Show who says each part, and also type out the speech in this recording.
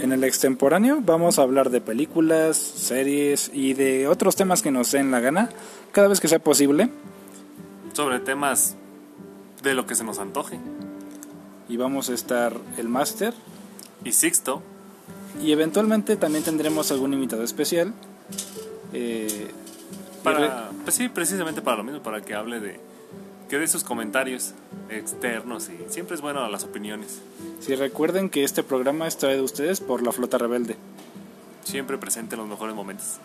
Speaker 1: En el extemporáneo vamos a hablar de películas, series y de otros temas que nos den la gana, cada vez que sea posible.
Speaker 2: Sobre temas de lo que se nos antoje.
Speaker 1: Y vamos a estar el máster.
Speaker 2: Y Sixto.
Speaker 1: Y eventualmente también tendremos algún invitado especial. Eh,
Speaker 2: para, pues sí, precisamente para lo mismo, para que hable de, que dé sus comentarios externos y siempre es bueno las opiniones.
Speaker 1: Si recuerden que este programa es traído a ustedes por la Flota Rebelde.
Speaker 2: Siempre presente en los mejores momentos.